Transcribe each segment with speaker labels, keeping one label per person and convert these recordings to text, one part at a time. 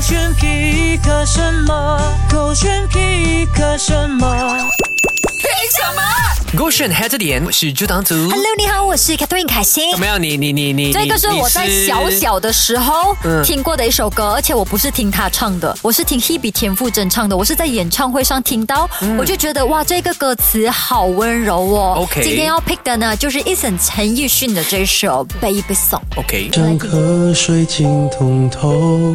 Speaker 1: 选皮克什么？狗选皮克什么？
Speaker 2: 勾选黑着点，我是朱当主。
Speaker 3: Hello，你好，我是 Catherine 凯欣
Speaker 2: 嗯怎。么样？你你你你，
Speaker 3: 这
Speaker 2: 你
Speaker 3: 个是我在小。小的时候
Speaker 2: 嗯
Speaker 3: 听过的一首歌，而且我不是听他唱的，我是听 Hebe 田馥甄唱的。我是在演唱会上听到，
Speaker 2: 嗯
Speaker 3: 我就觉得哇，这个歌词好温柔哦。
Speaker 2: OK
Speaker 3: 今天要 pick 的呢，就是 Eason 陈奕迅的这首 Baby Song。
Speaker 2: 你是 OK，
Speaker 4: 像颗水晶通透，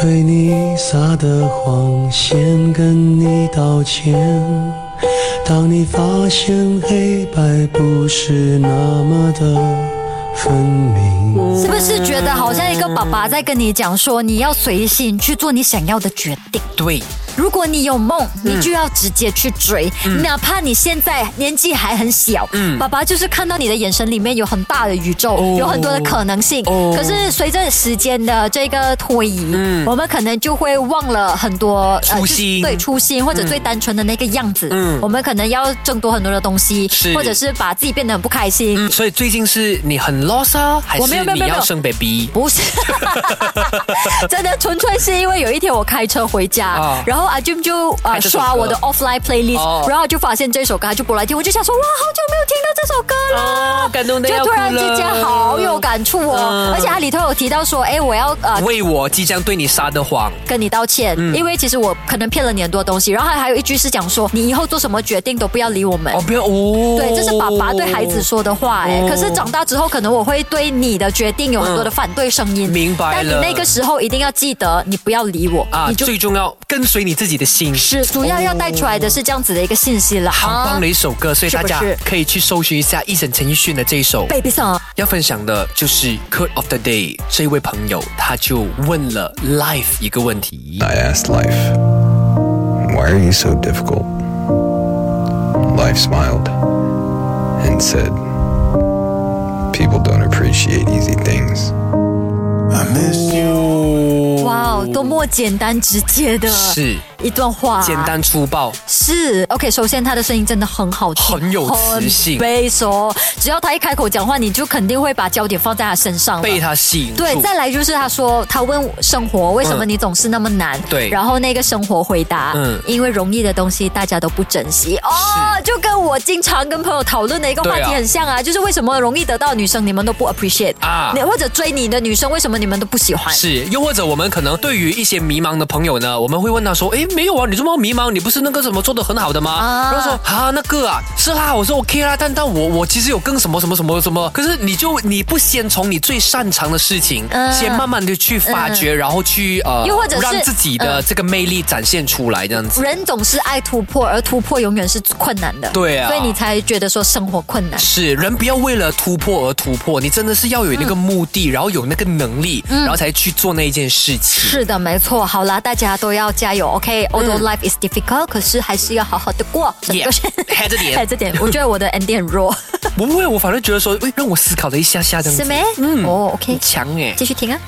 Speaker 4: 对你撒的谎先跟你道歉。当你发现黑白不是那么的分明。
Speaker 3: 是不是觉得好像一个爸爸在跟你讲说，你要随性去做你想要的决定？
Speaker 2: 对，
Speaker 3: 如果你有梦，你就要直接去追，
Speaker 2: 嗯
Speaker 3: 哪怕你现在年纪还很小。爸爸就是看到你的眼神里面有很大的宇宙，
Speaker 2: 哦
Speaker 3: 有很多的可能性。
Speaker 2: 哦嗯
Speaker 3: 可是随着时间的这个推移，我们可能就会忘了很多呃
Speaker 2: 初
Speaker 3: 就是
Speaker 2: 心
Speaker 3: 对初心或者最单纯的那个样子。
Speaker 2: 嗯
Speaker 3: 我们可能要争夺很多的东西
Speaker 2: 是，
Speaker 3: 或者是把自己变得很不开心。
Speaker 2: 所以最近是你很啰嗦，还
Speaker 3: 我没
Speaker 2: 是
Speaker 3: 有没有
Speaker 2: 你
Speaker 3: 没有
Speaker 2: 要生 baby？
Speaker 3: 不是， 真的纯粹是因为有一天我开车回家，
Speaker 2: 啊
Speaker 3: 然后阿 Jim 就
Speaker 2: 开
Speaker 3: 呃
Speaker 2: 这首歌
Speaker 3: 刷我的 offline playlist，、
Speaker 2: 哦
Speaker 3: 然后就发现这首歌，他就播来听，我就想说哇，好久没有听到这首歌了。
Speaker 2: 哦，感动的
Speaker 3: 就
Speaker 2: 要
Speaker 3: 突
Speaker 2: 哭
Speaker 3: 然之间
Speaker 2: 了
Speaker 3: 好有感触哦，
Speaker 2: 嗯
Speaker 3: 而且它里头有提到说，哎，我要呃
Speaker 2: 为我嗯即将对你撒的谎，
Speaker 3: 跟你道歉，因为其实我可能骗了你很多东西。然后还还有一句是讲说，你以后做什么决定都不要理我们。
Speaker 2: 哦，不要哦，
Speaker 3: 对，这是爸爸对孩子说的话哎、
Speaker 2: 哦
Speaker 3: 可是长大之后，可能我会对你的决定有很多的反对声音。
Speaker 2: 明白
Speaker 3: 但你
Speaker 2: 了
Speaker 3: 那个时候一定要记得，你不要理我，
Speaker 2: 啊，
Speaker 3: 你就
Speaker 2: 最重要跟随你自己的心。
Speaker 3: 是主要要带出来的是这样子的一个信息啊了。
Speaker 2: 好棒的一首歌，所以
Speaker 3: 是
Speaker 2: 大
Speaker 3: 不
Speaker 2: 家
Speaker 3: 是
Speaker 2: 可以去搜寻一下一审陈奕迅的这一首。
Speaker 3: ，Baby Song，
Speaker 2: 要分享的就是 Cut of the Day 这一位朋友，他就问了 Life 一个问题。
Speaker 5: I asked life, Why are you so difficult? Life smiled and said, People don't appreciate easy things.
Speaker 6: I miss you.
Speaker 3: 哇哦，多么简单直接的
Speaker 2: 是
Speaker 3: 一段话，
Speaker 2: 简单粗暴，
Speaker 3: 是 OK。首先，他的声音真的很好听，
Speaker 2: 很有磁性
Speaker 3: 贝索，只要他一开口讲话，你就肯定会把焦点放在他身上了。
Speaker 2: 被他吸引住。
Speaker 3: 对，再来就是他说，他问我生活为什么你总是那么难？
Speaker 2: 对
Speaker 3: 然后那个生活回答，
Speaker 2: 嗯
Speaker 3: 嗯，因为容易的东西大家都不珍惜哦，就跟我经常跟朋友讨论的一个话
Speaker 2: 对
Speaker 3: 题
Speaker 2: 啊
Speaker 3: 很像啊，就是为什么容易得到的女生你们都不 appreciate
Speaker 2: 啊
Speaker 3: 啊，你或者追你的女生为什么你们都不喜欢？
Speaker 2: 是，又或者我们可能对于一些迷茫的朋友呢，我们会问他说：“诶，没有啊，你这么迷茫，你不是那个什么做的很好的吗？”
Speaker 3: 啊
Speaker 2: 然后说：“啊，那个啊，是啦，我说 OK 啦，但但我我其实有更什么什么什么什么，可是你就你不先从你最擅长的事情，
Speaker 3: 嗯
Speaker 2: 先慢慢的去发掘，然后去呃，
Speaker 3: 又或者是
Speaker 2: 让自己的这个魅力展现出来，这样子。”
Speaker 3: 人总是爱突破，而突破永远是困难的。
Speaker 2: 对啊
Speaker 3: 所以你才觉得说生活困难。
Speaker 2: 是人不要为了突破而突破，你真的是要有那个目的，然后有那个能力，然后才去做那一件事情。
Speaker 3: 是的，没错。好啦，大家都要加油，OK。Although life is difficult，可是还是要好好的过。整个
Speaker 2: 嗯 Yeah，
Speaker 3: 是
Speaker 2: 黑着 点
Speaker 3: 黑着点。我觉得我的 ending 很弱，
Speaker 2: 不会，我反正觉得说，诶，让我思考了一下下，这样
Speaker 3: 是
Speaker 2: 子嗯
Speaker 3: 没？嗯，哦，OK，
Speaker 2: 强哎、
Speaker 3: 继续听啊。